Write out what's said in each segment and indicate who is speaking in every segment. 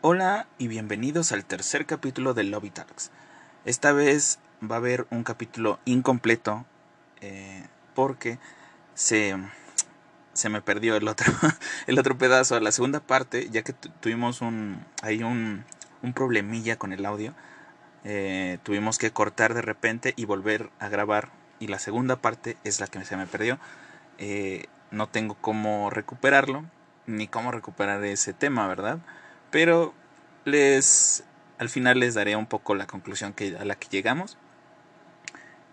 Speaker 1: Hola y bienvenidos al tercer capítulo de Lobby Talks. Esta vez va a haber un capítulo incompleto eh, porque se, se me perdió el otro, el otro pedazo, la segunda parte, ya que tu- tuvimos un, hay un, un problemilla con el audio. Eh, tuvimos que cortar de repente y volver a grabar y la segunda parte es la que se me perdió. Eh, no tengo cómo recuperarlo ni cómo recuperar ese tema, ¿verdad? Pero les al final les daré un poco la conclusión que, a la que llegamos,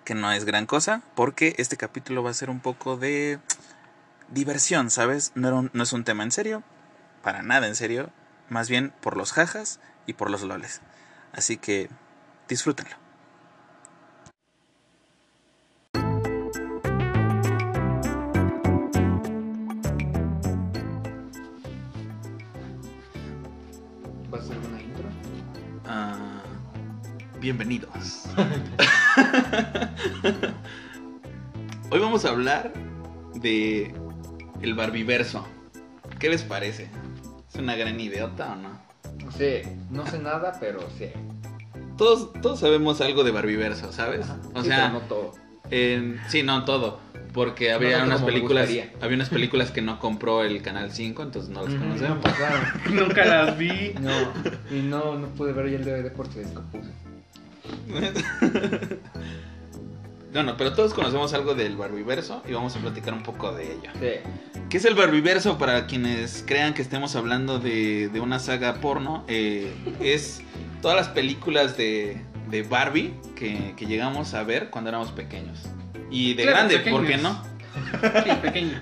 Speaker 1: que no es gran cosa, porque este capítulo va a ser un poco de diversión, ¿sabes? No, era un- no es un tema en serio, para nada en serio, más bien por los jajas y por los loles. Así que disfrútenlo.
Speaker 2: ¿Vas a hacer una intro?
Speaker 1: Ah, bienvenidos. Hoy vamos a hablar de el Barbiverso. ¿Qué les parece? ¿Es una gran idiota o no?
Speaker 2: No sé, no sé nada, pero sé.
Speaker 1: Todos, todos sabemos algo de Barbiverso, ¿sabes?
Speaker 2: Ajá.
Speaker 1: O
Speaker 2: Sí,
Speaker 1: sea,
Speaker 2: pero no todo.
Speaker 1: en- sí, no todo. Porque había
Speaker 2: tanto
Speaker 1: unas
Speaker 2: como me
Speaker 1: películas.
Speaker 2: gustaría.
Speaker 1: Había unas películas que no compró el Canal 5, entonces no las
Speaker 2: Ujú,
Speaker 1: conocemos.
Speaker 2: no pasaron.
Speaker 3: Nunca las vi.
Speaker 2: No, y no, no pude ver ya el DVD porque se descompuse.
Speaker 1: Bueno, pero todos conocemos algo del Barbiverso y vamos a platicar un poco de ello.
Speaker 2: Sí.
Speaker 1: ¿Qué es el Barbiverso? Para quienes crean que estemos hablando de, de una saga porno, eh, es todas las películas de, de Barbie que, que llegamos a ver cuando éramos pequeños. Y de
Speaker 3: Claro,
Speaker 1: grande,
Speaker 3: pequeños.
Speaker 1: ¿por qué no?
Speaker 3: Sí, pequeño.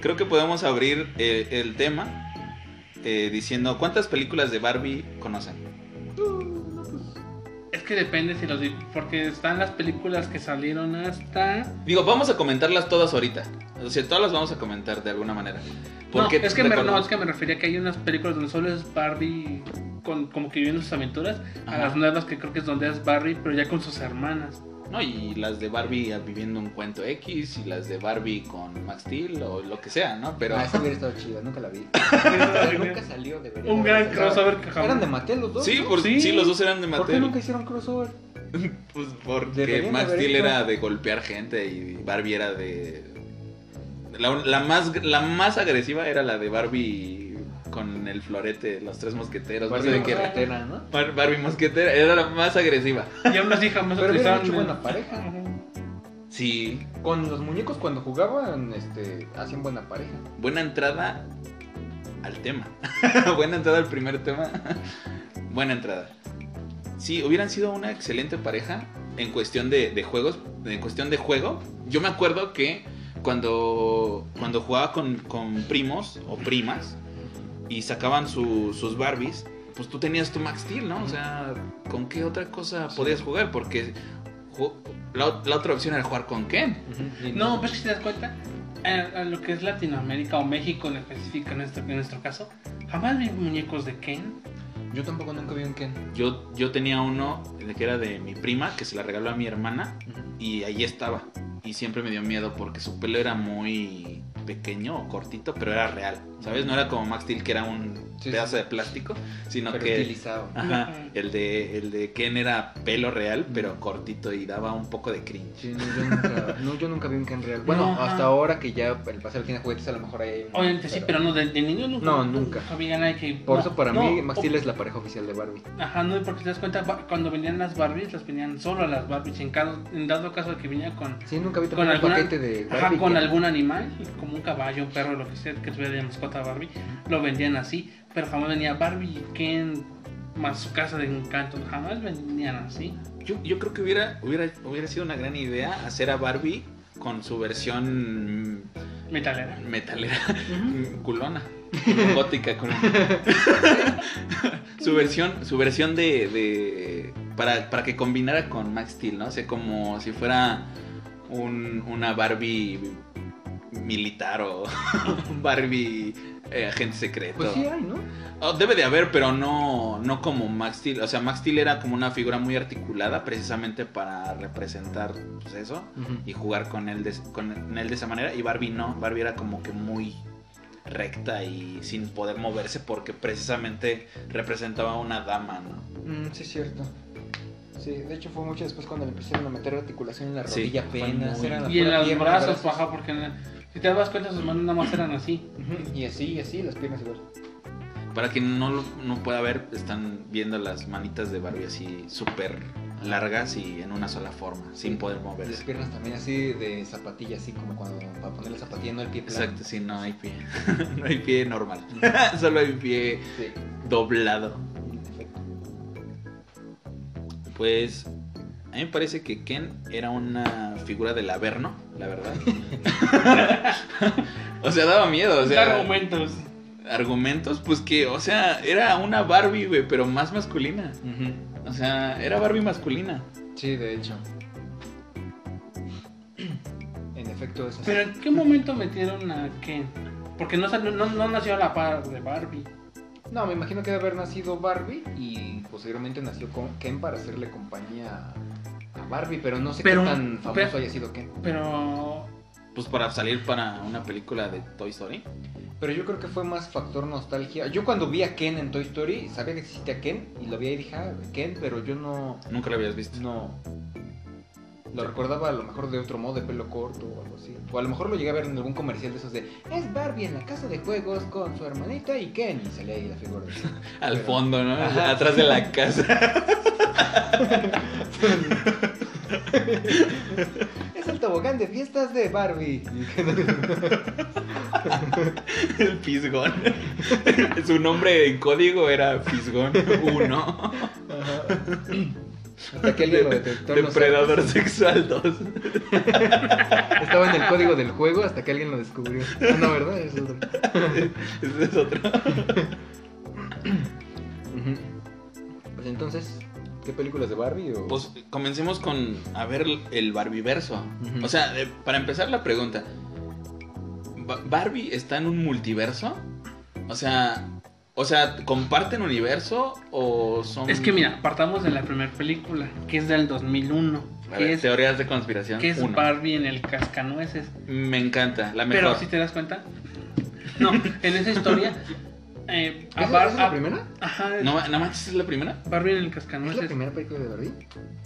Speaker 1: Creo que podemos abrir eh, el tema eh, diciendo cuántas películas de Barbie conocen.
Speaker 3: Es que depende si los. di- Porque están las películas que salieron hasta.
Speaker 1: Digo, vamos a comentarlas todas ahorita. O sea, todas las vamos a comentar de alguna manera.
Speaker 3: No,
Speaker 1: Porque
Speaker 3: es que, me, no,
Speaker 1: recordemos-
Speaker 3: es que me refería que hay unas películas donde solo es Barbie. Con, como que viven sus aventuras.
Speaker 1: Ajá.
Speaker 3: A las nuevas que creo que es donde es Barbie, pero ya con sus hermanas.
Speaker 1: No, y las de Barbie viviendo un cuento X y las de Barbie con Max Steel o lo que sea, ¿no? Pero
Speaker 2: Ah, esa hubiera estado chida, nunca la vi. Pero nunca salió, debería.
Speaker 3: Ah, Un
Speaker 2: haber
Speaker 3: gran
Speaker 2: salido.
Speaker 3: crossover que jamás-
Speaker 2: Eran de Mattel los dos.
Speaker 1: sí,
Speaker 2: ¿no?
Speaker 1: por, sí.
Speaker 3: Sí.
Speaker 1: los dos eran de
Speaker 2: ¿Por qué
Speaker 1: Mattel.
Speaker 2: nunca hicieron crossover?
Speaker 1: Pues porque
Speaker 2: Deberían
Speaker 1: Max
Speaker 2: haber
Speaker 1: Steel
Speaker 2: hecho.
Speaker 1: era de golpear gente y Barbie era de la, la más la más agresiva era la de Barbie con el florete, los tres mosqueteros, no sé de qué era.
Speaker 2: Carretera, ¿no?
Speaker 1: Bar- Barbie mosquetera era la más agresiva.
Speaker 3: Y aún así jamás
Speaker 2: Pero hubieran hecho
Speaker 3: el-
Speaker 2: buena pareja.
Speaker 3: Ujú.
Speaker 1: Sí,
Speaker 2: Con los muñecos cuando jugaban, este, hacían buena pareja.
Speaker 1: buena entrada al tema. buena entrada al primer tema. buena entrada. Sí, hubieran sido una excelente pareja en cuestión de, de juegos. En cuestión de juego, yo me acuerdo que cuando, cuando jugaba con, con primos o primas y sacaban su- sus Barbies, pues tú tenías tu Max Steel, ¿no? O sea, ¿con qué otra cosa podías jugar? Porque ju- la, la otra opción era jugar con Ken.
Speaker 2: Y
Speaker 3: No, pero es que si te das cuenta, eh, a, a lo que es Latinoamérica o México en específico, en nuestro, en nuestro caso, jamás vi muñecos de Ken.
Speaker 2: Yo tampoco nunca vi un Ken.
Speaker 1: Yo, yo tenía uno de que era de mi prima, que se la regaló a mi hermana, y ahí estaba. Y siempre me dio miedo porque su pelo era muy pequeño o cortito, pero era real. ¿Sabes? No era como Max Steel, que era un
Speaker 2: Sí,
Speaker 1: pedazo
Speaker 2: sí.
Speaker 1: de plástico, sino
Speaker 2: Pero
Speaker 1: que.
Speaker 2: utilizado.
Speaker 1: Ajá, el de, el de Ken era pelo real, pero cortito y daba un poco de cringe.
Speaker 2: Sí, no, yo nunca, no, yo nunca vi un Ken real. Bueno,
Speaker 3: No.
Speaker 2: hasta ahora que ya el pasar tiene juguetes, a lo mejor ahí hay. uno,
Speaker 3: Obviamente sí, pero no, de, de niño nunca.
Speaker 2: No, nunca.
Speaker 3: Había nadie que.
Speaker 2: Por
Speaker 3: no,
Speaker 2: eso para
Speaker 3: no,
Speaker 2: mí, Max
Speaker 3: o-
Speaker 2: Steel es la pareja oficial de Barbie.
Speaker 3: Ajá, no, porque te das cuenta, ba- cuando venían las Barbies, las venían solo a las Barbies. En, caso, en dado caso de que venía con,
Speaker 2: Sí, nunca vi
Speaker 3: Con
Speaker 2: también un
Speaker 3: alguna-
Speaker 2: paquete de Barbie.
Speaker 3: ajá, con
Speaker 2: que-
Speaker 3: algún animal, como un caballo, un perro, lo que sea, que tuviera de mascota Barbie, lo vendían así. Pero jamás venía Barbie, Ken, más su casa de encanto, jamás venían así.
Speaker 1: Yo, yo creo que hubiera, hubiera, hubiera sido una gran idea hacer a Barbie con su versión mm,
Speaker 3: Metalera.
Speaker 1: metalera. Mm, culona gótica culona. su versión su versión de, de- para, para que combinara con Max Steel no sé como si fuera un- una Barbie militar o un Barbie eh, agente secreto
Speaker 2: Pues sí hay, ¿no?
Speaker 1: Oh, debe de haber pero no no como Max Steel o sea Max Steel era como una figura muy articulada precisamente para representar pues, eso y jugar con él de, con él de esa manera. Y Barbie no, Barbie era como que muy recta y sin poder moverse porque precisamente representaba a una dama, ¿no?
Speaker 2: Mm, sí, es cierto. Sí, de hecho fue mucho después cuando le empezaron a meter articulación en la
Speaker 1: Sí,
Speaker 2: rodilla
Speaker 1: fue
Speaker 2: apenas.
Speaker 1: muy-
Speaker 2: eran
Speaker 3: Y en
Speaker 2: pura
Speaker 3: los
Speaker 2: pierna,
Speaker 3: brazos, ajá, porque en la- si te das cuenta, sus manos nada más eran así.
Speaker 2: Ujú, Y así, y así, las piernas igual.
Speaker 1: Para quien no, lo- no pueda ver, están viendo las manitas de Barbie así súper largas y en una sola forma, sin poder
Speaker 2: Y Las
Speaker 1: moverse.
Speaker 2: piernas también así de zapatilla, así como cuando para poner la zapatilla, no el pie plano.
Speaker 1: Exacto, sí, no hay pie. no hay pie normal. Solo hay pie
Speaker 2: Sí,
Speaker 1: doblado.
Speaker 2: en efecto.
Speaker 1: Pues a mí me parece que Ken era una figura del Averno, la verdad. o sea, daba miedo. O sea,
Speaker 3: argumentos.
Speaker 1: argumentos, pues que, o sea, era una Barbie, güey, pero más masculina.
Speaker 2: Ujú.
Speaker 1: O sea, era Barbie masculina.
Speaker 2: Sí, de hecho. En efecto, es así.
Speaker 3: Pero ¿en qué momento metieron a Ken? Porque no, salió- no, no nació a la par de Barbie.
Speaker 2: No, me imagino que debe haber nacido Barbie y posteriormente nació con Ken para hacerle compañía a Barbie, pero no sé
Speaker 3: Pero-
Speaker 2: qué tan famoso
Speaker 3: pero-
Speaker 2: haya sido Ken.
Speaker 3: Pero
Speaker 1: Pues para salir para una película de Toy Story.
Speaker 2: Pero yo creo que fue más factor nostalgia. Yo cuando vi a Ken en Toy Story, sabía que existía Ken y lo vi y dije, ah, Ken, pero yo no...
Speaker 1: Nunca lo habías visto.
Speaker 2: No. Lo recordaba a lo mejor de otro modo, de pelo corto o algo así. O a lo mejor lo llegué a ver en algún comercial de esos de es Barbie en la casa de juegos con su hermanita y Ken. Y salía ahí la figura.
Speaker 1: Al
Speaker 2: Pero-
Speaker 1: fondo, ¿no?
Speaker 2: Ajá.
Speaker 1: Atrás de la casa.
Speaker 2: es el tobogán de fiestas de Barbie.
Speaker 1: El pisgón. Su nombre en código era Pisgón 1.
Speaker 2: Hasta que alguien lo detectó. no sé.
Speaker 1: Depredador sexual 2.
Speaker 2: Estaba en el código del juego hasta que alguien lo descubrió. Ah, no, ¿verdad? Eso es otro.
Speaker 1: Ese es otro.
Speaker 2: Ujú. Pues entonces, ¿qué películas de Barbie o...?
Speaker 1: Pues comencemos con a ver el Barbieverso.
Speaker 2: Ujú.
Speaker 1: O sea, de- para empezar la pregunta. ¿Ba- ¿Barbie está en un multiverso? O sea, o sea, ¿comparten universo o son
Speaker 3: es que mira, partamos de la primera película, que es del 2001,
Speaker 1: A ver,
Speaker 3: que es,
Speaker 1: teorías de conspiración?
Speaker 3: que es
Speaker 1: uno.
Speaker 3: Barbie en el cascanueces.
Speaker 1: Me encanta, la
Speaker 3: Pero
Speaker 1: mejor.
Speaker 3: si te das cuenta, no, en esa historia, eh, a
Speaker 2: ¿Esa- esa
Speaker 3: Bar-
Speaker 2: ¿Ah, es la
Speaker 3: a-
Speaker 2: primera?
Speaker 3: ajá,
Speaker 1: No, ma- no manches, es la primera.
Speaker 3: Barbie en el
Speaker 2: ¿Es la
Speaker 3: cascanueces.
Speaker 2: primera película de Barbie?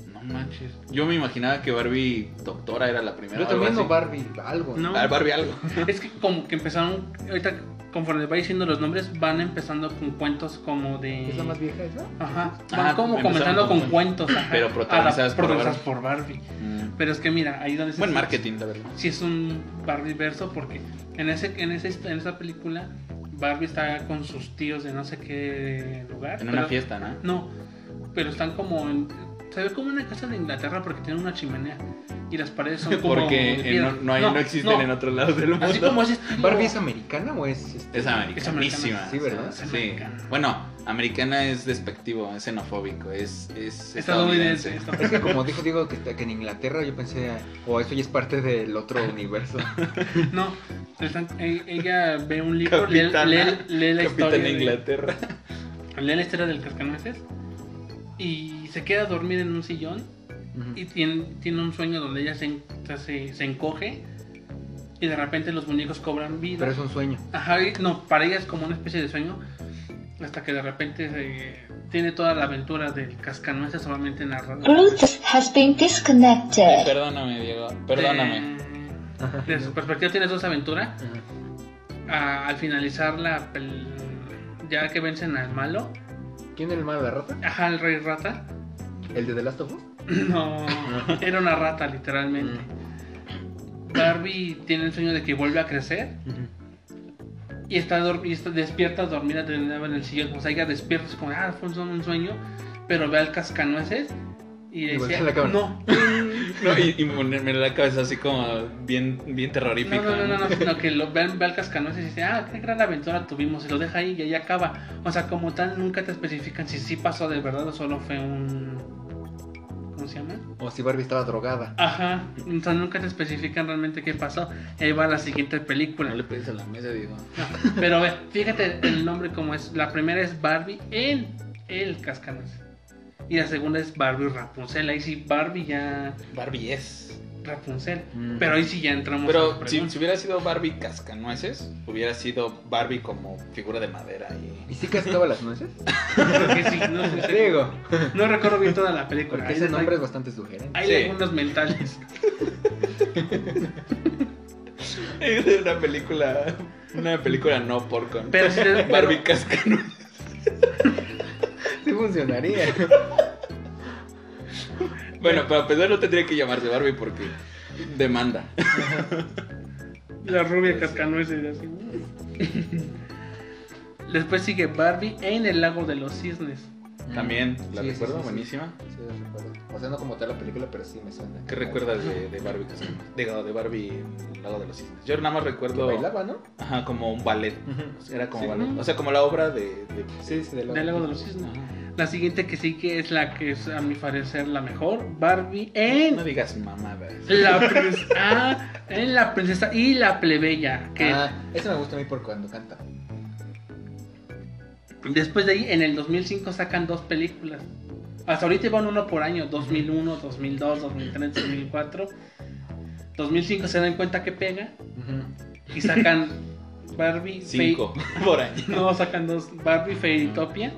Speaker 1: No manches. Yo me imaginaba que Barbie doctora era la primera.
Speaker 2: Yo
Speaker 1: o algo
Speaker 2: también no
Speaker 1: así.
Speaker 2: Barbie, algo.
Speaker 3: No.
Speaker 1: Ah, Barbie algo.
Speaker 3: Es que como que empezaron, ahorita conforme les va diciendo los nombres, van empezando con cuentos como de...
Speaker 2: Es la más vieja esa.
Speaker 3: Ajá, van
Speaker 1: Ah,
Speaker 3: como
Speaker 1: empezaron
Speaker 3: comenzando
Speaker 1: con
Speaker 3: con cuentos, ajá,
Speaker 1: Pero protagonizadas
Speaker 3: adap-
Speaker 1: por
Speaker 3: protagonizadas por Barbie.
Speaker 1: Mm.
Speaker 3: Pero es que mira, ahí donde se-
Speaker 1: Buen marketing, la verdad.
Speaker 3: si es un Barbie verso porque en ese en ese en esa película Barbie está con sus tíos de no sé qué lugar.
Speaker 1: En una
Speaker 3: pero-
Speaker 1: fiesta, ¿no?
Speaker 3: No, pero están como en- se ve como una casa de Inglaterra porque tiene una chimenea y las paredes son como de
Speaker 1: Porque en-
Speaker 3: piedra.
Speaker 1: no, no hay- no existen
Speaker 3: no,
Speaker 1: en otros lados del mundo.
Speaker 3: Así como este ese estilo-
Speaker 2: ¿Barbie es americana o es.? este?
Speaker 1: Es americanísima.
Speaker 2: Sí, ¿verdad?
Speaker 1: Sí.
Speaker 3: Es americana.
Speaker 1: Bueno, americana es despectivo, es xenofóbico, es, es
Speaker 3: estadounidense.
Speaker 2: Es
Speaker 3: estadounidense.
Speaker 2: que como dijo Diego que, está- que en Inglaterra yo pensé, o eso ya es parte del otro universo.
Speaker 3: No, están- e- ella ve un libro, lee,
Speaker 1: Capitana-
Speaker 3: lee- lee la historia.
Speaker 1: Capitán
Speaker 3: de-
Speaker 1: Inglaterra.
Speaker 3: lee la historia del cascanueces y se queda dormida en un sillón
Speaker 2: Ujú.
Speaker 3: y tiene, tiene un sueño donde ella se, en- o sea, se, se encoge y de repente los muñecos cobran vida.
Speaker 2: Pero es un sueño.
Speaker 3: Ajá, y- no, para ella es como una especie de sueño hasta que de repente se- tiene toda la aventura del cascanueces solamente narrada.
Speaker 4: Bluetooth has been
Speaker 1: Oh.
Speaker 4: disconnected.
Speaker 1: Perdóname, Diego, perdóname.
Speaker 3: De- De, su perspectiva tiene toda esa aventura. A- al finalizar la pel- ya que vencen al malo,
Speaker 2: ¿Quién era el malo de la rata?
Speaker 3: ajá, al rey rata.
Speaker 2: ¿El de The Last of Us?
Speaker 3: No, era una rata, literalmente.
Speaker 2: Mm.
Speaker 3: Barbie tiene el sueño de que vuelve a crecer y está, dor- y está despierta, dormida de nuevo en el sillón. O sea, ella despierta, es como, ah, fue un, un sueño, pero ve al cascanueces y
Speaker 2: Y voltea
Speaker 3: decía,
Speaker 2: la cámara.
Speaker 3: no,
Speaker 1: No, y, y ponerme la cabeza así como bien, bien terrorífico.
Speaker 3: no, no, no, no, no, sino que lo, ve, al- ve al cascanueces y dice, ah, qué gran aventura tuvimos, y lo deja ahí y ahí acaba. O sea, como tal, nunca te especifican si sí pasó de verdad o solo fue un. ¿Cómo se llama?
Speaker 2: O si Barbie estaba drogada.
Speaker 3: Ajá, o sea, nunca te especifican realmente qué pasó. Y ahí va la siguiente película.
Speaker 1: No le pegues a la mesa, Diego.
Speaker 3: Pero ve, fíjate el nombre como es. La primera es Barbie en el cascanueces. Y la segunda es Barbie Rapunzel. Ahí sí, Barbie ya.
Speaker 1: Barbie es.
Speaker 3: Rapunzel.
Speaker 2: Mm.
Speaker 3: Pero ahí sí ya entramos. a
Speaker 1: Pero
Speaker 3: la
Speaker 1: si,
Speaker 3: pregunta.
Speaker 1: si hubiera sido Barbie cascanueces, hubiera sido Barbie como figura de madera
Speaker 2: ¿Y
Speaker 1: y...
Speaker 2: sí casi todas las noches?
Speaker 3: Creo que sí, no, sé,
Speaker 2: Te digo.
Speaker 3: no recuerdo bien toda la película.
Speaker 2: Porque
Speaker 3: Ahí
Speaker 2: ese
Speaker 3: no hay-
Speaker 2: nombre es bastante sugerente.
Speaker 3: Hay
Speaker 1: Sí.
Speaker 3: lagunas mentales.
Speaker 1: Es una película... Una película no porco.
Speaker 3: Pero si les, pero,
Speaker 1: Barbie cascanueces.
Speaker 2: Sí funcionaría.
Speaker 1: Bueno, pero a pesar no tendría que llamarse Barbie porque demanda.
Speaker 3: la rubia cascanueces y así. Después sigue Barbie en el lago de los cisnes.
Speaker 1: También, la
Speaker 2: Sí, sí,
Speaker 1: recuerdo,
Speaker 2: sí, sí.
Speaker 1: buenísima.
Speaker 2: Sí, la recuerdo. O sea, no como tal la película, pero sí me suena.
Speaker 1: ¿Qué recuerdas de, de Barbie cascanueces? Digo, de Barbie en el lago de los cisnes. Yo nada más recuerdo...
Speaker 2: Bailaba, ¿no?
Speaker 1: Ajá, como un ballet. Era como
Speaker 2: Sí.
Speaker 1: ballet. O sea, como la obra de... de-
Speaker 2: Sí, sí, de la...
Speaker 3: Del lago de los cisnes.
Speaker 1: Ajá.
Speaker 3: La siguiente que sigue es la que es, a mi parecer, la mejor. Barbie
Speaker 1: No
Speaker 3: en
Speaker 1: digas mamadas.
Speaker 3: la, prin- ah, en la princesa y la plebeya. Que
Speaker 2: Ah, ese me gusta a mí por cuando canta.
Speaker 3: Después de ahí, en el 2005 sacan dos películas. Hasta ahorita iban uno por año, 2001, 2002, 2003, 2004. 2005 se dan cuenta que pega y sacan Barbie,
Speaker 1: Cinco por año.
Speaker 3: Fairy- No, sacan dos, Barbie, Fairytopia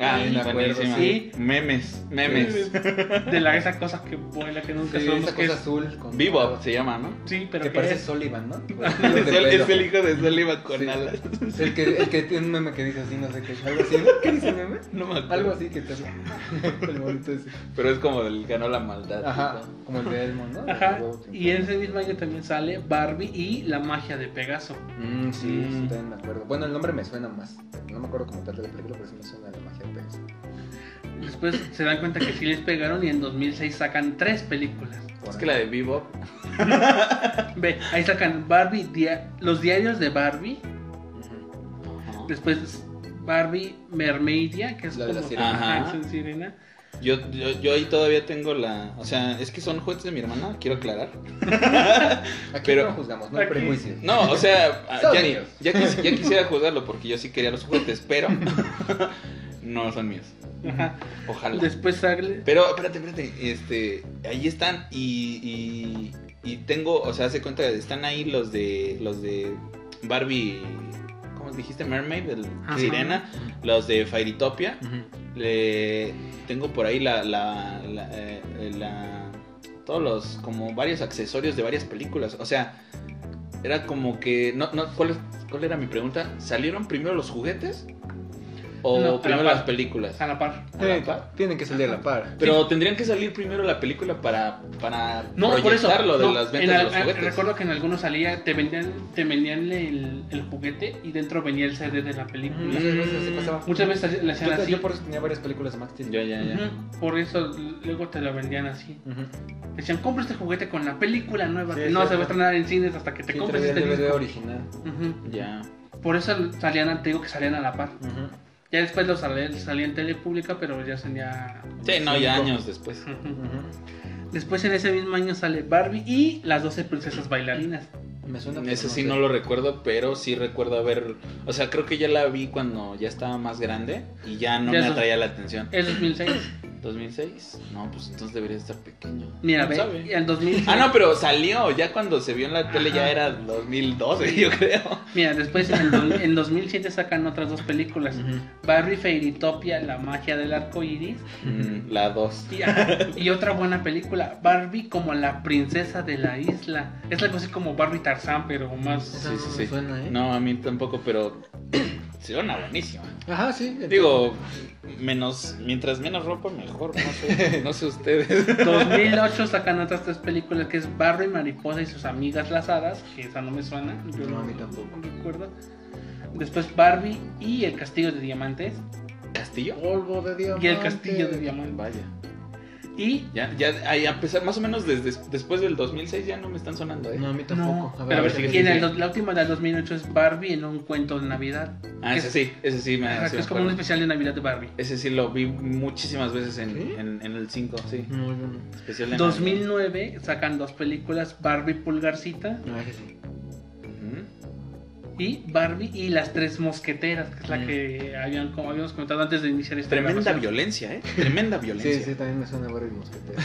Speaker 1: Ah,
Speaker 2: Sí, me acuerdo,
Speaker 1: buenísima.
Speaker 3: sí.
Speaker 1: Memes, memes.
Speaker 3: de la esa cosa que vuela que nunca
Speaker 2: Sí,
Speaker 3: sabemos
Speaker 2: esa
Speaker 3: qué
Speaker 2: cosa
Speaker 3: es.
Speaker 2: azul. Con...
Speaker 1: Bebop se llama, ¿no?
Speaker 3: Sí, pero
Speaker 2: Que
Speaker 3: que
Speaker 2: parece
Speaker 3: es.
Speaker 2: Sullivan, ¿no?
Speaker 1: Es el, es el hijo de Sullivan con
Speaker 2: Sí.
Speaker 1: alas.
Speaker 2: El que, el que tiene un meme que dice así, no sé qué. Algo así, ¿no? ¿Qué dice el meme?
Speaker 1: No me acuerdo.
Speaker 2: Algo así que te El bonito ese.
Speaker 1: Pero es como el ganó la maldad.
Speaker 2: Ajá,
Speaker 1: ¿no?
Speaker 2: como el de Elmo, ¿no? El
Speaker 3: Ajá.
Speaker 2: huevo triunfante.
Speaker 3: Y en ese mismo año también sale Barbie y la magia de Pegaso.
Speaker 2: Mm, sí,
Speaker 1: Mm.
Speaker 2: sí, también me acuerdo. Bueno, el nombre me suena más. No me acuerdo como tal de la película, pero sí me suena la magia de Pegaso.
Speaker 3: Después se dan cuenta que sí les pegaron y en 2006 sacan tres películas.
Speaker 1: Es que la de Bebop.
Speaker 3: Ve, ahí sacan Barbie, dia- los diarios de Barbie.
Speaker 1: Ajá.
Speaker 3: Después Barbie Mermaidia, que es
Speaker 2: La de la
Speaker 3: como-
Speaker 2: sirena.
Speaker 3: Ajá,
Speaker 1: Ajá.
Speaker 3: es una sirena.
Speaker 1: Yo, yo, yo ahí todavía tengo la. O sea, es que son juguetes de mi hermana, quiero aclarar.
Speaker 2: Aquí
Speaker 1: pero-
Speaker 2: no juzgamos, no hay
Speaker 3: Aquí-
Speaker 2: prejuicios.
Speaker 1: No, o sea,
Speaker 2: Son
Speaker 1: ya,
Speaker 2: míos.
Speaker 1: ya quis- ya quisiera juzgarlo porque yo sí quería los juguetes, pero. no son míos.
Speaker 3: Ajá.
Speaker 1: Ojalá.
Speaker 3: Después sale.
Speaker 1: Pero, espérate, espérate, este, ahí están y, y, y tengo, o sea, hace cuenta, que están ahí los de, los de Barbie, ¿cómo dijiste? Mermaid, el
Speaker 3: Ajá.
Speaker 1: Sirena, los de Fairytopia, le, tengo por ahí la, la, la, eh, la- todos los, como varios accesorios de varias películas, o sea, era como que, no, no, ¿cuál, es- cuál era mi pregunta? ¿Salieron primero los juguetes o
Speaker 3: No, a la
Speaker 1: primero
Speaker 3: par.
Speaker 1: las películas?
Speaker 3: A la par.
Speaker 1: ¿A la par?
Speaker 2: Tienen que salir a la par.
Speaker 1: Pero tendrían que salir primero la película para, para
Speaker 3: No, por eso.
Speaker 1: proyectarlo de
Speaker 3: no,
Speaker 1: las
Speaker 3: en
Speaker 1: ventas de
Speaker 3: al-
Speaker 1: los
Speaker 3: al-
Speaker 1: juguetes.
Speaker 3: Recuerdo que en algunos salía, te vendían, te vendían el, el juguete y dentro venía el CD de la película.
Speaker 2: Muchas veces se pasaba.
Speaker 3: Muchas veces le hacían
Speaker 2: Yo,
Speaker 3: así.
Speaker 2: yo por eso tenía varias películas de Max Steel.
Speaker 1: Ya, ya, ya.
Speaker 3: Ujú, Por eso luego te lo vendían así.
Speaker 2: Ujú.
Speaker 3: Decían, compra este juguete con la película nueva.
Speaker 2: Sí,
Speaker 3: que
Speaker 2: es
Speaker 3: no se va a
Speaker 2: cierto.
Speaker 3: estrenar en cines hasta que te
Speaker 2: Sí,
Speaker 3: compres
Speaker 2: traía
Speaker 3: este
Speaker 2: el DVD
Speaker 3: disco.
Speaker 2: original.
Speaker 3: Ujú.
Speaker 1: Ya.
Speaker 3: Por eso salían, te digo que salían a la par.
Speaker 2: Ujú.
Speaker 3: Ya después lo salía, salía en tele pública, pero ya tenía.
Speaker 1: Sí, no, ya
Speaker 2: Cinco.
Speaker 1: años después.
Speaker 2: Ujú.
Speaker 3: Después en ese mismo año sale Barbie y las 12 princesas bailarinas.
Speaker 2: Me suena. pero
Speaker 1: Ese sí
Speaker 2: sé.
Speaker 1: pues no lo recuerdo, pero sí recuerdo haber... O sea, creo que ya la vi cuando ya estaba más grande y ya no
Speaker 3: Ya
Speaker 1: me
Speaker 3: eso-
Speaker 1: atraía la atención.
Speaker 3: Es 2006.
Speaker 1: ¿2006? No, pues entonces debería estar pequeño.
Speaker 3: Mira,
Speaker 1: ¿Quién
Speaker 3: ve.
Speaker 1: sabe?
Speaker 3: Y en 2006.
Speaker 1: Ah, no, pero salió. Ya cuando se vio en la tele ya
Speaker 3: Ajá.
Speaker 1: era 2012, yo creo.
Speaker 3: Mira, después en, do- en 2007 sacan otras dos películas: Barbie Fairytopia, La magia del arco iris.
Speaker 1: Mm, la 2.
Speaker 3: Y, ajá, y otra buena película: Barbie como la princesa de la isla. Es algo así como Barbie Tarzán, pero más.
Speaker 2: Esa
Speaker 1: Sí,
Speaker 2: no
Speaker 1: sí,
Speaker 2: Ah, me
Speaker 1: sí.
Speaker 2: suena, ¿eh?
Speaker 1: No, a mí tampoco, pero... Suena buenísima.
Speaker 2: Ajá, sí.
Speaker 1: Digo, menos, mientras menos ropa, mejor. No sé, no sé ustedes.
Speaker 3: 2008 sacan otras tres películas que es Barry Mariposa y sus amigas las hadas, que esa no me suena, yo
Speaker 2: No,
Speaker 3: no,
Speaker 2: a mí tampoco.
Speaker 3: no recuerdo. Después Barbie y el castillo de diamantes
Speaker 1: ¿Castillo?
Speaker 2: Polvo de Dios.
Speaker 3: y el castillo de diamantes.
Speaker 1: Vaya.
Speaker 3: Y
Speaker 1: Ya, ya, ahí a pesar, más o menos desde después del 2006 ya no me están sonando, ¿eh?
Speaker 2: No, a mí
Speaker 3: no,
Speaker 2: tampoco.
Speaker 3: pero a ver,
Speaker 1: sigue,
Speaker 3: y
Speaker 1: sigue,
Speaker 3: en el
Speaker 1: sigue.
Speaker 3: dos- la última del 2008 es Barbie en un cuento de Navidad.
Speaker 1: Ah, ese sí, ese sí me,
Speaker 3: Ajá,
Speaker 1: sí
Speaker 3: que
Speaker 1: me
Speaker 3: es como un
Speaker 1: acuerdo.
Speaker 3: especial de Navidad de Barbie.
Speaker 1: Ese sí lo vi muchísimas veces en,
Speaker 2: ¿Sí?
Speaker 1: en, en el 5, sí.
Speaker 2: No, yo no.
Speaker 1: Especial de
Speaker 3: 2009 sacan dos películas, Barbie Pulgarcita
Speaker 2: No, ese sí.
Speaker 1: Navidad. Ujú.
Speaker 3: y Barbie y las tres mosqueteras, que es la
Speaker 1: Mm.
Speaker 3: que habían, como habíamos comentado antes de iniciar esta
Speaker 1: Tremenda
Speaker 3: grabación.
Speaker 1: violencia, ¿eh? Tremenda violencia.
Speaker 2: Sí, sí, también me suena Barbie Mosquetera.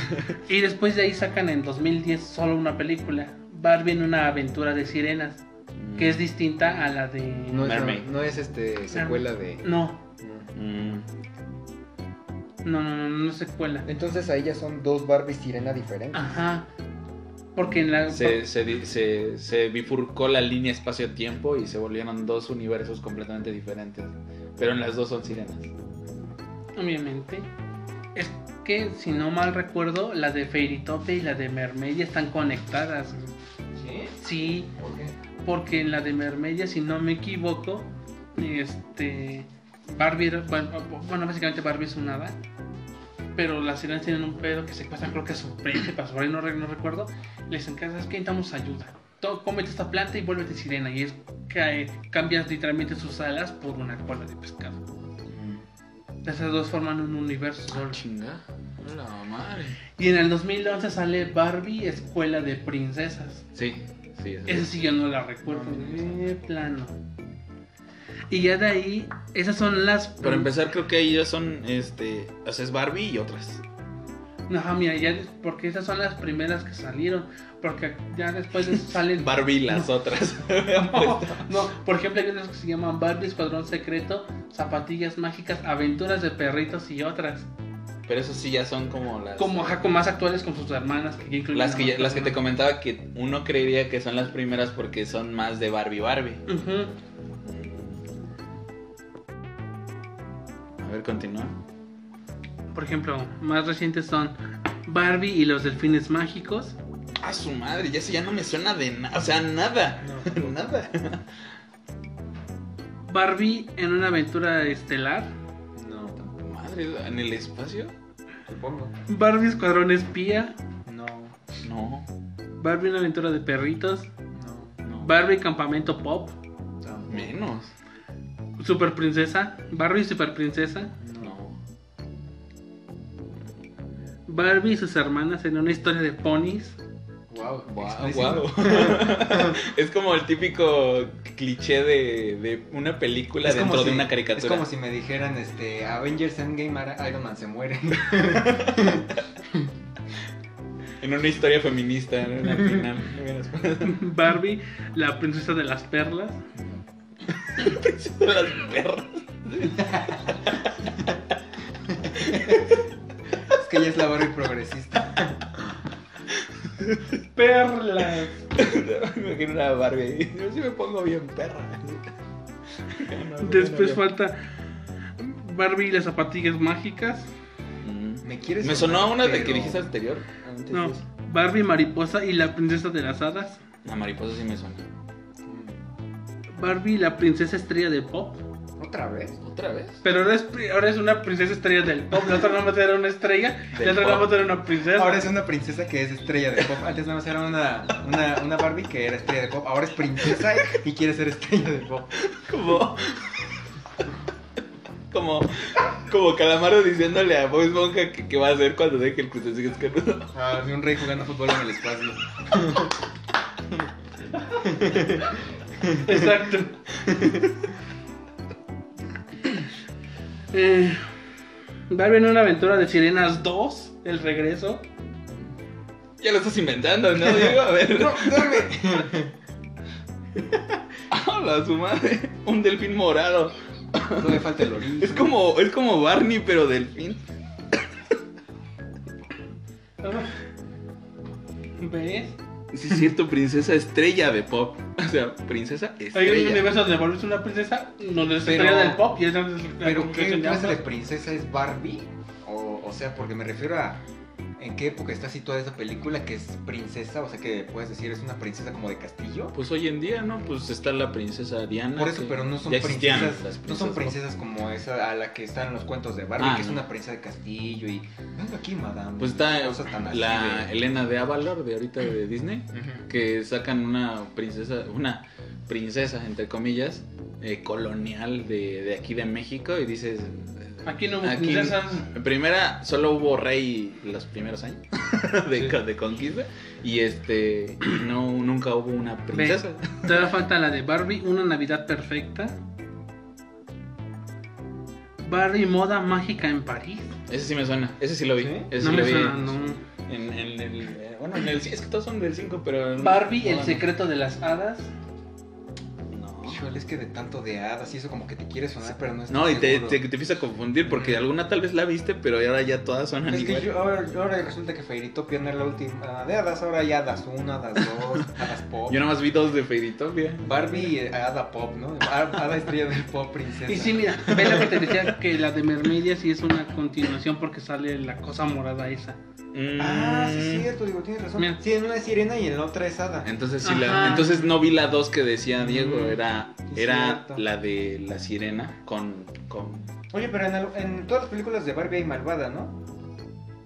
Speaker 3: Y después de ahí sacan en 2010 solo una película, Barbie en una aventura de sirenas,
Speaker 1: Mm.
Speaker 3: que es distinta a la de...
Speaker 2: No es,
Speaker 1: Mermaid.
Speaker 2: no es este secuela de.
Speaker 3: No,
Speaker 2: Mm.
Speaker 1: Mm.
Speaker 3: no, no, no, no es secuela.
Speaker 2: Entonces ahí ya son dos Barbies sirena diferentes.
Speaker 3: Ajá. Porque en la...
Speaker 1: Se, se, di- se, se bifurcó la línea espacio-tiempo y se volvieron dos universos completamente diferentes. Pero en las dos son sirenas.
Speaker 3: Obviamente. Es que, si no mal recuerdo, la de Fairytopia y la de Mermedia están conectadas.
Speaker 2: ¿Sí?
Speaker 3: Sí,
Speaker 2: ¿Por qué?
Speaker 3: porque en la de Mermedia, si no me equivoco, este. Barbie era- Bueno, bueno, básicamente Barbie es un hada. Pero las sirenas tienen un pedo que secuestran, creo que a su príncipe, a su rey, no, re- no recuerdo. Les encargan, ¿sabes qué? Necesitamos ayuda. Tó- cómete esta planta y vuélvete sirena. Y es que eh, cambias literalmente sus alas por una cola de pescado. Esas dos forman un universo solo.
Speaker 1: Pues Chinga. La madre.
Speaker 3: Y en el 2011 sale Barbie, Escuela de Princesas.
Speaker 1: Sí, sí. eso
Speaker 3: Esa
Speaker 1: es.
Speaker 3: sí yo no la recuerdo de plano. Y ya de ahí, esas son las...
Speaker 1: Para empezar, creo que ellos son, este, o sea, es Barbie y otras.
Speaker 3: Ajá, mira, ya des- porque esas son las primeras que salieron. Porque ya después de eso salen...
Speaker 1: Barbie y las otras.
Speaker 3: no, no, por ejemplo, hay unas que se llaman Barbie, Escuadrón Secreto, Zapatillas Mágicas, Aventuras de Perritos y otras.
Speaker 1: Pero eso sí ya son como las...
Speaker 3: Como ajá, con más actuales con sus hermanas que ya incluyen
Speaker 1: Las
Speaker 3: a
Speaker 1: que, ya-
Speaker 3: más
Speaker 1: las que te
Speaker 3: personas.
Speaker 1: comentaba que uno creería que son las primeras porque son más de Barbie Barbie.
Speaker 3: Ujú.
Speaker 1: A ver, continúa.
Speaker 3: Por ejemplo, más recientes son Barbie y los delfines mágicos.
Speaker 1: A su madre, ya eso ya no me suena de nada. O sea, nada. nada.
Speaker 3: Barbie en una aventura estelar.
Speaker 1: No, tampoco. Madre, ¿en el espacio?
Speaker 2: Supongo.
Speaker 3: Barbie escuadrón espía.
Speaker 2: No,
Speaker 1: No,
Speaker 3: Barbie una aventura de perritos.
Speaker 2: no,
Speaker 1: no.
Speaker 3: Barbie campamento pop.
Speaker 2: tampoco.
Speaker 1: Menos.
Speaker 3: Super princesa. Barbie super princesa.
Speaker 1: No.
Speaker 3: Barbie y sus hermanas en una historia de ponis.
Speaker 2: Wow,
Speaker 1: Guau, guau. es como el típico cliché de, de una película dentro de una caricatura.
Speaker 2: Es como si me dijeran, este, Avengers Endgame, Ara- Iron Man se muere.
Speaker 1: En una historia feminista, en una final.
Speaker 3: Barbie, la princesa de las perlas.
Speaker 1: De las perras.
Speaker 2: es que ya es la Barbie progresista.
Speaker 3: Perlas.
Speaker 1: Me imagino una Barbie. ahí. Yo sí me pongo bien perra. No, no,
Speaker 3: Después
Speaker 1: no,
Speaker 3: falta Barbie y las zapatillas mágicas.
Speaker 1: no.
Speaker 2: ¿Me quieres
Speaker 1: Me sonó
Speaker 2: sonar,
Speaker 1: una de que
Speaker 2: pero-
Speaker 1: dijiste anterior. antes
Speaker 3: No.
Speaker 1: de eso.
Speaker 3: Barbie mariposa y la princesa de las hadas.
Speaker 1: La mariposa sí me suena.
Speaker 2: Mm,
Speaker 3: Barbie, la princesa estrella de pop.
Speaker 2: ¿Otra vez?
Speaker 1: ¿Otra vez?
Speaker 3: Pero ahora es, pri- ahora es una princesa estrella del pop. La otra nada más era una estrella.
Speaker 1: Del
Speaker 3: la otra nada
Speaker 1: pop.
Speaker 3: más era una princesa.
Speaker 2: Ahora es una princesa que es estrella de pop. Antes nada más era una, una, una Barbie que era estrella de pop. Ahora es princesa y quiere ser estrella de pop.
Speaker 1: Como. Como. Como Calamaro diciéndole a Bob Esponja que, que va a hacer cuando deje el crucecito escarnudo.
Speaker 2: Ah, un rey jugando fútbol en el espacio.
Speaker 3: Exacto. Eh, Barbie en una aventura de Sirenas 2, el regreso.
Speaker 1: Ya lo estás inventando, ¿no, Diego? A ver.
Speaker 2: No, dame.
Speaker 1: ¡Hala, su madre! Un delfín morado.
Speaker 2: No me falta el orín.
Speaker 1: Es como, es como Barney, pero delfín.
Speaker 3: ¿Ves?
Speaker 1: Sí, es cierto, princesa estrella de pop. O sea, princesa
Speaker 3: Hay un
Speaker 1: estrella.
Speaker 3: universo donde volviste una princesa, donde es
Speaker 2: Pero-
Speaker 3: estrella del pop y es la- la
Speaker 2: Pero ¿qué
Speaker 3: conclusión de
Speaker 2: clase de
Speaker 3: ambas.
Speaker 2: princesa es Barbie? O, o sea, porque me refiero a en qué época está situada esa película que es princesa, o sea que puedes decir es una princesa como de castillo.
Speaker 1: Pues hoy en día, ¿no? Pues está la princesa Diana.
Speaker 2: Por eso,
Speaker 1: que
Speaker 2: pero no son
Speaker 1: ya existían
Speaker 2: princesas,
Speaker 1: las
Speaker 2: no son
Speaker 1: pop.
Speaker 2: princesas como esa a la que están en los cuentos de Barbie,
Speaker 1: Ah,
Speaker 2: que es
Speaker 1: no.
Speaker 2: una princesa de castillo y venga aquí, madame.
Speaker 1: Pues está
Speaker 2: Cosas tan así
Speaker 1: la
Speaker 2: de-
Speaker 1: Elena de Avalor de ahorita de Disney,
Speaker 2: Ujú.
Speaker 1: que sacan una princesa, una princesa, entre comillas, eh, colonial de, de aquí de México y dices... eh,
Speaker 3: Aquí no hubo
Speaker 1: Aquí-
Speaker 3: princesas.
Speaker 1: En primera, solo hubo rey los primeros años de,
Speaker 2: Sí.
Speaker 1: co- de conquista. Y este, y no, nunca hubo una princesa.
Speaker 3: Ve, Todavía falta la de Barbie, una Navidad perfecta. Barbie moda mágica en París.
Speaker 1: Ese sí me suena, ese sí lo vi.
Speaker 2: ¿Sí?
Speaker 1: Ese
Speaker 3: no
Speaker 1: sí lo
Speaker 3: me
Speaker 1: vi.
Speaker 3: suena, no.
Speaker 1: En, en el, eh, bueno, en el, es que todos son del 5, pero. en-
Speaker 3: Barbie,
Speaker 1: no,
Speaker 3: el
Speaker 1: no.
Speaker 3: secreto de las hadas.
Speaker 1: No.
Speaker 2: Híjole, es que de tanto de hadas y eso como que te quiere sonar, pero no es
Speaker 1: No, y te, te, te empiezas a confundir porque alguna tal vez la viste, pero ahora ya todas son
Speaker 2: Es que
Speaker 1: igual.
Speaker 2: yo- ahora, ahora resulta que Fairytopia no es la última ah, de hadas, ahora hay hadas 1, hadas 2, hadas pop.
Speaker 1: Yo nada más vi dos de Fairytopia.
Speaker 2: Barbie, eh, hada pop, ¿no? Ha- Hada estrella del pop, princesa.
Speaker 3: Y sí, mira, ve lo que te decía que la de Mermedia sí es una continuación porque sale la cosa morada esa.
Speaker 2: Ah, sí,
Speaker 1: Mm.
Speaker 2: es cierto, digo, tienes razón.
Speaker 3: Mira.
Speaker 2: Sí, en una es sirena y en la otra es hada.
Speaker 1: Entonces sí la,
Speaker 3: Ajá.
Speaker 1: entonces no vi la dos que decía Diego,
Speaker 2: Mm,
Speaker 1: era,
Speaker 2: es
Speaker 1: era
Speaker 2: cierto.
Speaker 1: la de la sirena con, con
Speaker 2: Oye, pero en, al- en todas las películas de Barbie hay malvada, ¿no?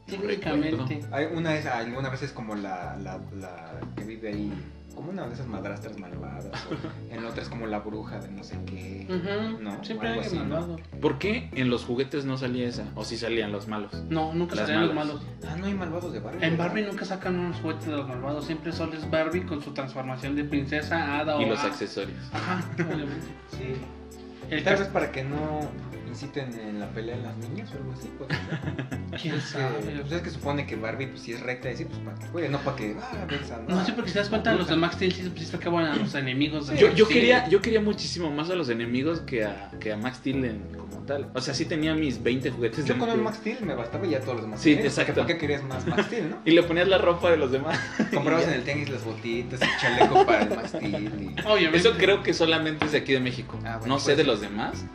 Speaker 3: Técnicamente.
Speaker 2: Hay una es, alguna vez es como la, la, la que vive ahí, como una de esas madrastras malvadas. o en la otra es como la bruja de no sé qué.
Speaker 3: Ujú,
Speaker 2: No,
Speaker 3: Siempre
Speaker 2: algo
Speaker 3: hay
Speaker 2: así, ¿no?
Speaker 3: malvado.
Speaker 1: ¿Por qué en los juguetes no salía esa? ¿O si salían los malos?
Speaker 3: No, nunca
Speaker 1: Las
Speaker 3: se los
Speaker 1: malas.
Speaker 3: malos.
Speaker 2: Ah, no hay malvados de Barbie.
Speaker 3: Mm. En
Speaker 2: ¿verdad?
Speaker 3: Barbie nunca sacan unos juguetes de los malvados, siempre solo es Barbie con su transformación de princesa, hada
Speaker 1: Y
Speaker 3: o
Speaker 1: los
Speaker 3: a-
Speaker 1: accesorios.
Speaker 3: Ajá, obviamente.
Speaker 2: Sí.
Speaker 3: El
Speaker 2: Tal
Speaker 3: cas-
Speaker 2: vez para que no inciten en la pelea a las niñas o algo así. Pues,
Speaker 3: ¿Quién sabe?
Speaker 2: pues es que supone que Barbie, pues si es recta, y sí, pues para que juegue, no para que. Ah, venza,
Speaker 3: No sé, porque si te das cuenta, los de Max Steel sí, sí sacaban a los enemigos. de
Speaker 1: Yo,
Speaker 3: Max
Speaker 1: yo
Speaker 3: Steel.
Speaker 1: quería, yo quería muchísimo más a los enemigos que a, que a Max Steel en- como tal. O sea, sí tenía mis 20 juguetes.
Speaker 2: Yo
Speaker 1: de
Speaker 2: con un
Speaker 1: Steel.
Speaker 2: Max Steel me bastaba y ya todos los demás.
Speaker 1: Sí,
Speaker 2: tenías, porque
Speaker 1: exacto.
Speaker 2: ¿Para qué querías más Max Steel, no?
Speaker 1: Y le ponías la ropa de los demás.
Speaker 2: Comprabas
Speaker 1: Y
Speaker 2: en
Speaker 1: ya.
Speaker 2: el tianguis las botitas, el chaleco para el Max Steel. y-
Speaker 3: Obviamente.
Speaker 1: Eso creo que solamente es de aquí de México.
Speaker 2: Ah, bueno,
Speaker 1: no sé
Speaker 2: pues.
Speaker 1: de los demás.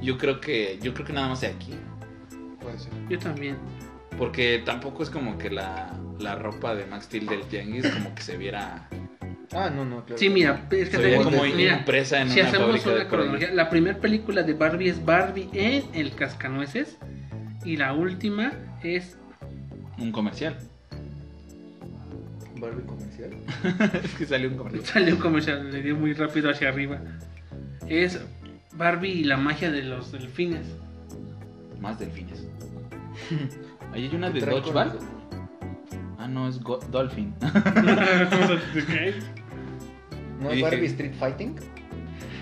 Speaker 1: Yo creo que yo creo que nada más de aquí.
Speaker 2: Puede ser.
Speaker 3: Yo también.
Speaker 1: Porque tampoco es como que la, la ropa de Max Steel del Tianguis como que se viera,
Speaker 2: Ah, no, no, claro.
Speaker 3: Sí, mira, es
Speaker 1: se
Speaker 3: que
Speaker 1: veía
Speaker 3: tengo-
Speaker 1: como
Speaker 3: mira,
Speaker 1: impresa en
Speaker 3: si
Speaker 1: una
Speaker 3: hacemos
Speaker 1: fábrica
Speaker 3: una
Speaker 1: de por ahí.
Speaker 3: cronología, la primera película de Barbie es Barbie en el Cascanueces y la última es
Speaker 1: un comercial.
Speaker 2: Barbie comercial.
Speaker 1: es que salió un comercial.
Speaker 3: salió como le dio muy rápido hacia arriba. Es Barbie y la magia de los delfines.
Speaker 1: Más delfines. Ahí hay una de
Speaker 2: Trae
Speaker 1: Dodgeball.
Speaker 2: con-
Speaker 1: Ah, no, es Go- Dolphin.
Speaker 2: ¿No
Speaker 1: Y dije-
Speaker 2: es Barbie Street Fighting?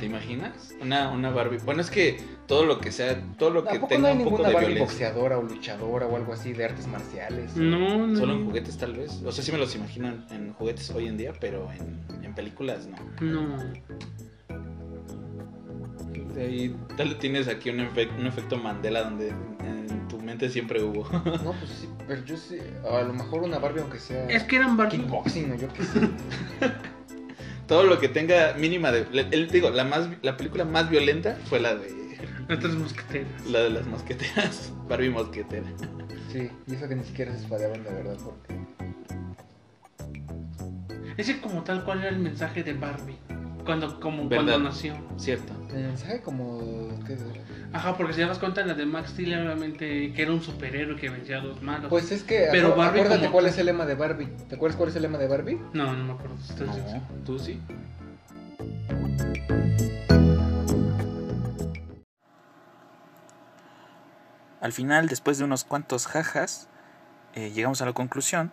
Speaker 1: ¿Te imaginas? Una, una Barbie. Bueno, es que todo lo que sea, todo lo que
Speaker 2: ¿Tampoco no
Speaker 1: tenga
Speaker 2: hay
Speaker 1: un poco
Speaker 2: ninguna
Speaker 1: de
Speaker 2: Barbie
Speaker 1: violencia.
Speaker 2: boxeadora o luchadora o algo así de artes marciales?
Speaker 3: No, no.
Speaker 1: Solo en juguetes tal vez. O sea, sí me los imagino en, en juguetes hoy en día, pero en, en películas no.
Speaker 3: No.
Speaker 1: De ahí tal tienes aquí un, efe- un efecto Mandela donde en tu mente siempre hubo.
Speaker 2: No, pues sí, pero yo sí. A lo mejor una Barbie, aunque sea.
Speaker 3: Es que eran Barbie.
Speaker 2: Kickboxing o yo qué sé.
Speaker 1: Todo lo que tenga mínima de. le- él- digo, la más la película más violenta fue la de
Speaker 3: Las tres mosqueteras.
Speaker 1: la de las mosqueteras. Barbie mosquetera.
Speaker 2: Sí, y eso que ni siquiera se espadeaban de verdad porque.
Speaker 3: Ese como tal cual era el mensaje de Barbie. Cuando, como,
Speaker 1: ¿Verdad?
Speaker 3: cuando nació.
Speaker 1: Cierto.
Speaker 2: El mensaje como. ¿qué?
Speaker 3: Ajá, porque si te das cuenta, la de Max Steel era realmente que era un superhéroe que vencía a los malos.
Speaker 2: Pues es que.
Speaker 3: Pero
Speaker 2: acu-
Speaker 3: Barbie
Speaker 2: acuérdate
Speaker 3: como-
Speaker 2: cuál es el lema de Barbie. ¿Te acuerdas cuál es el lema de Barbie?
Speaker 3: No, no me acuerdo. Estoy-
Speaker 1: No, tú sí.
Speaker 5: Al final, después de unos cuantos jajas, eh, llegamos a la conclusión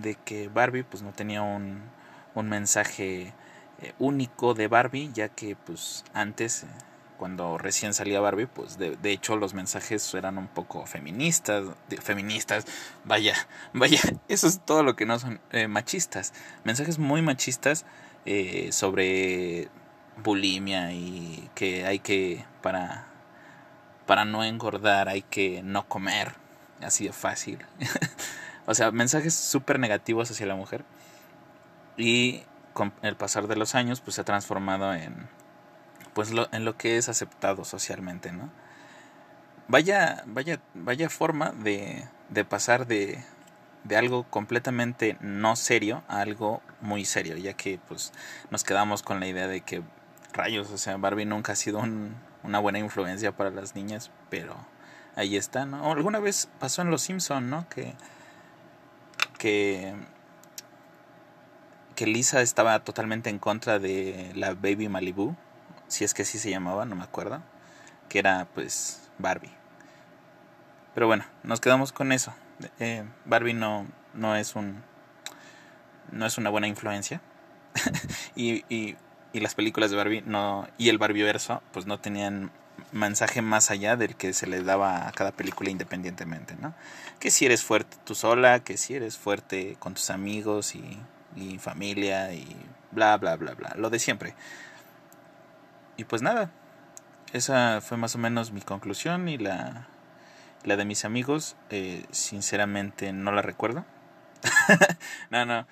Speaker 5: de que Barbie pues no tenía un, un mensaje eh, único de Barbie, ya que pues antes, eh, cuando recién salía Barbie, pues de, de hecho los mensajes eran un poco feministas, de- feministas, vaya, vaya, eso es todo lo que no son eh, machistas, mensajes muy machistas eh, sobre bulimia y que hay que para para no engordar hay que no comer. Así de fácil. o sea, mensajes súper negativos hacia la mujer. Y con el pasar de los años, pues se ha transformado en. Pues lo, en lo que es aceptado socialmente, ¿no? Vaya, vaya, vaya forma de, de pasar de, de algo completamente no serio a algo muy serio, ya que pues nos quedamos con la idea de que rayos, o sea, Barbie nunca ha sido un- una buena influencia para las niñas, pero ahí está, ¿no? O alguna vez pasó en Los Simpson, ¿no? Que que que Lisa estaba totalmente en contra de la Baby Malibu, si es que así se llamaba, no me acuerdo, que era pues Barbie. Pero bueno, nos quedamos con eso. Eh, Barbie no no es un no es una buena influencia. y, y- y las películas de Barbie no y el Barbieverso pues no tenían mensaje más allá del que se le daba a cada película independientemente, ¿no? Que si eres fuerte tú sola, que si eres fuerte con tus amigos y, y familia y bla, bla, bla, bla, lo de siempre. Y pues nada, esa fue más o menos mi conclusión y la, la de mis amigos, eh, sinceramente no la recuerdo. no, no,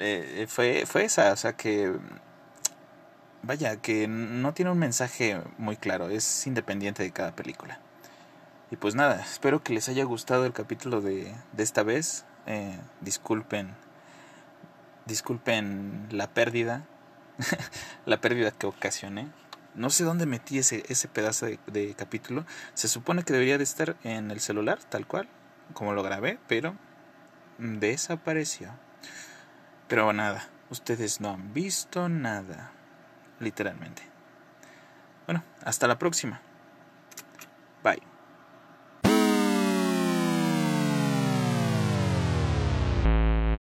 Speaker 5: eh, fue, fue esa, o sea que, vaya, que no tiene un mensaje muy claro, es independiente de cada película. Y pues nada, espero que les haya gustado el capítulo de, de esta vez. Eh, disculpen, disculpen la pérdida, la pérdida que ocasioné. No sé dónde metí ese, ese pedazo de, de capítulo. Se supone que debería de estar en el celular, tal cual, como lo grabé, pero desapareció. Pero nada, ustedes no han visto nada, literalmente. Bueno, hasta la próxima. Bye.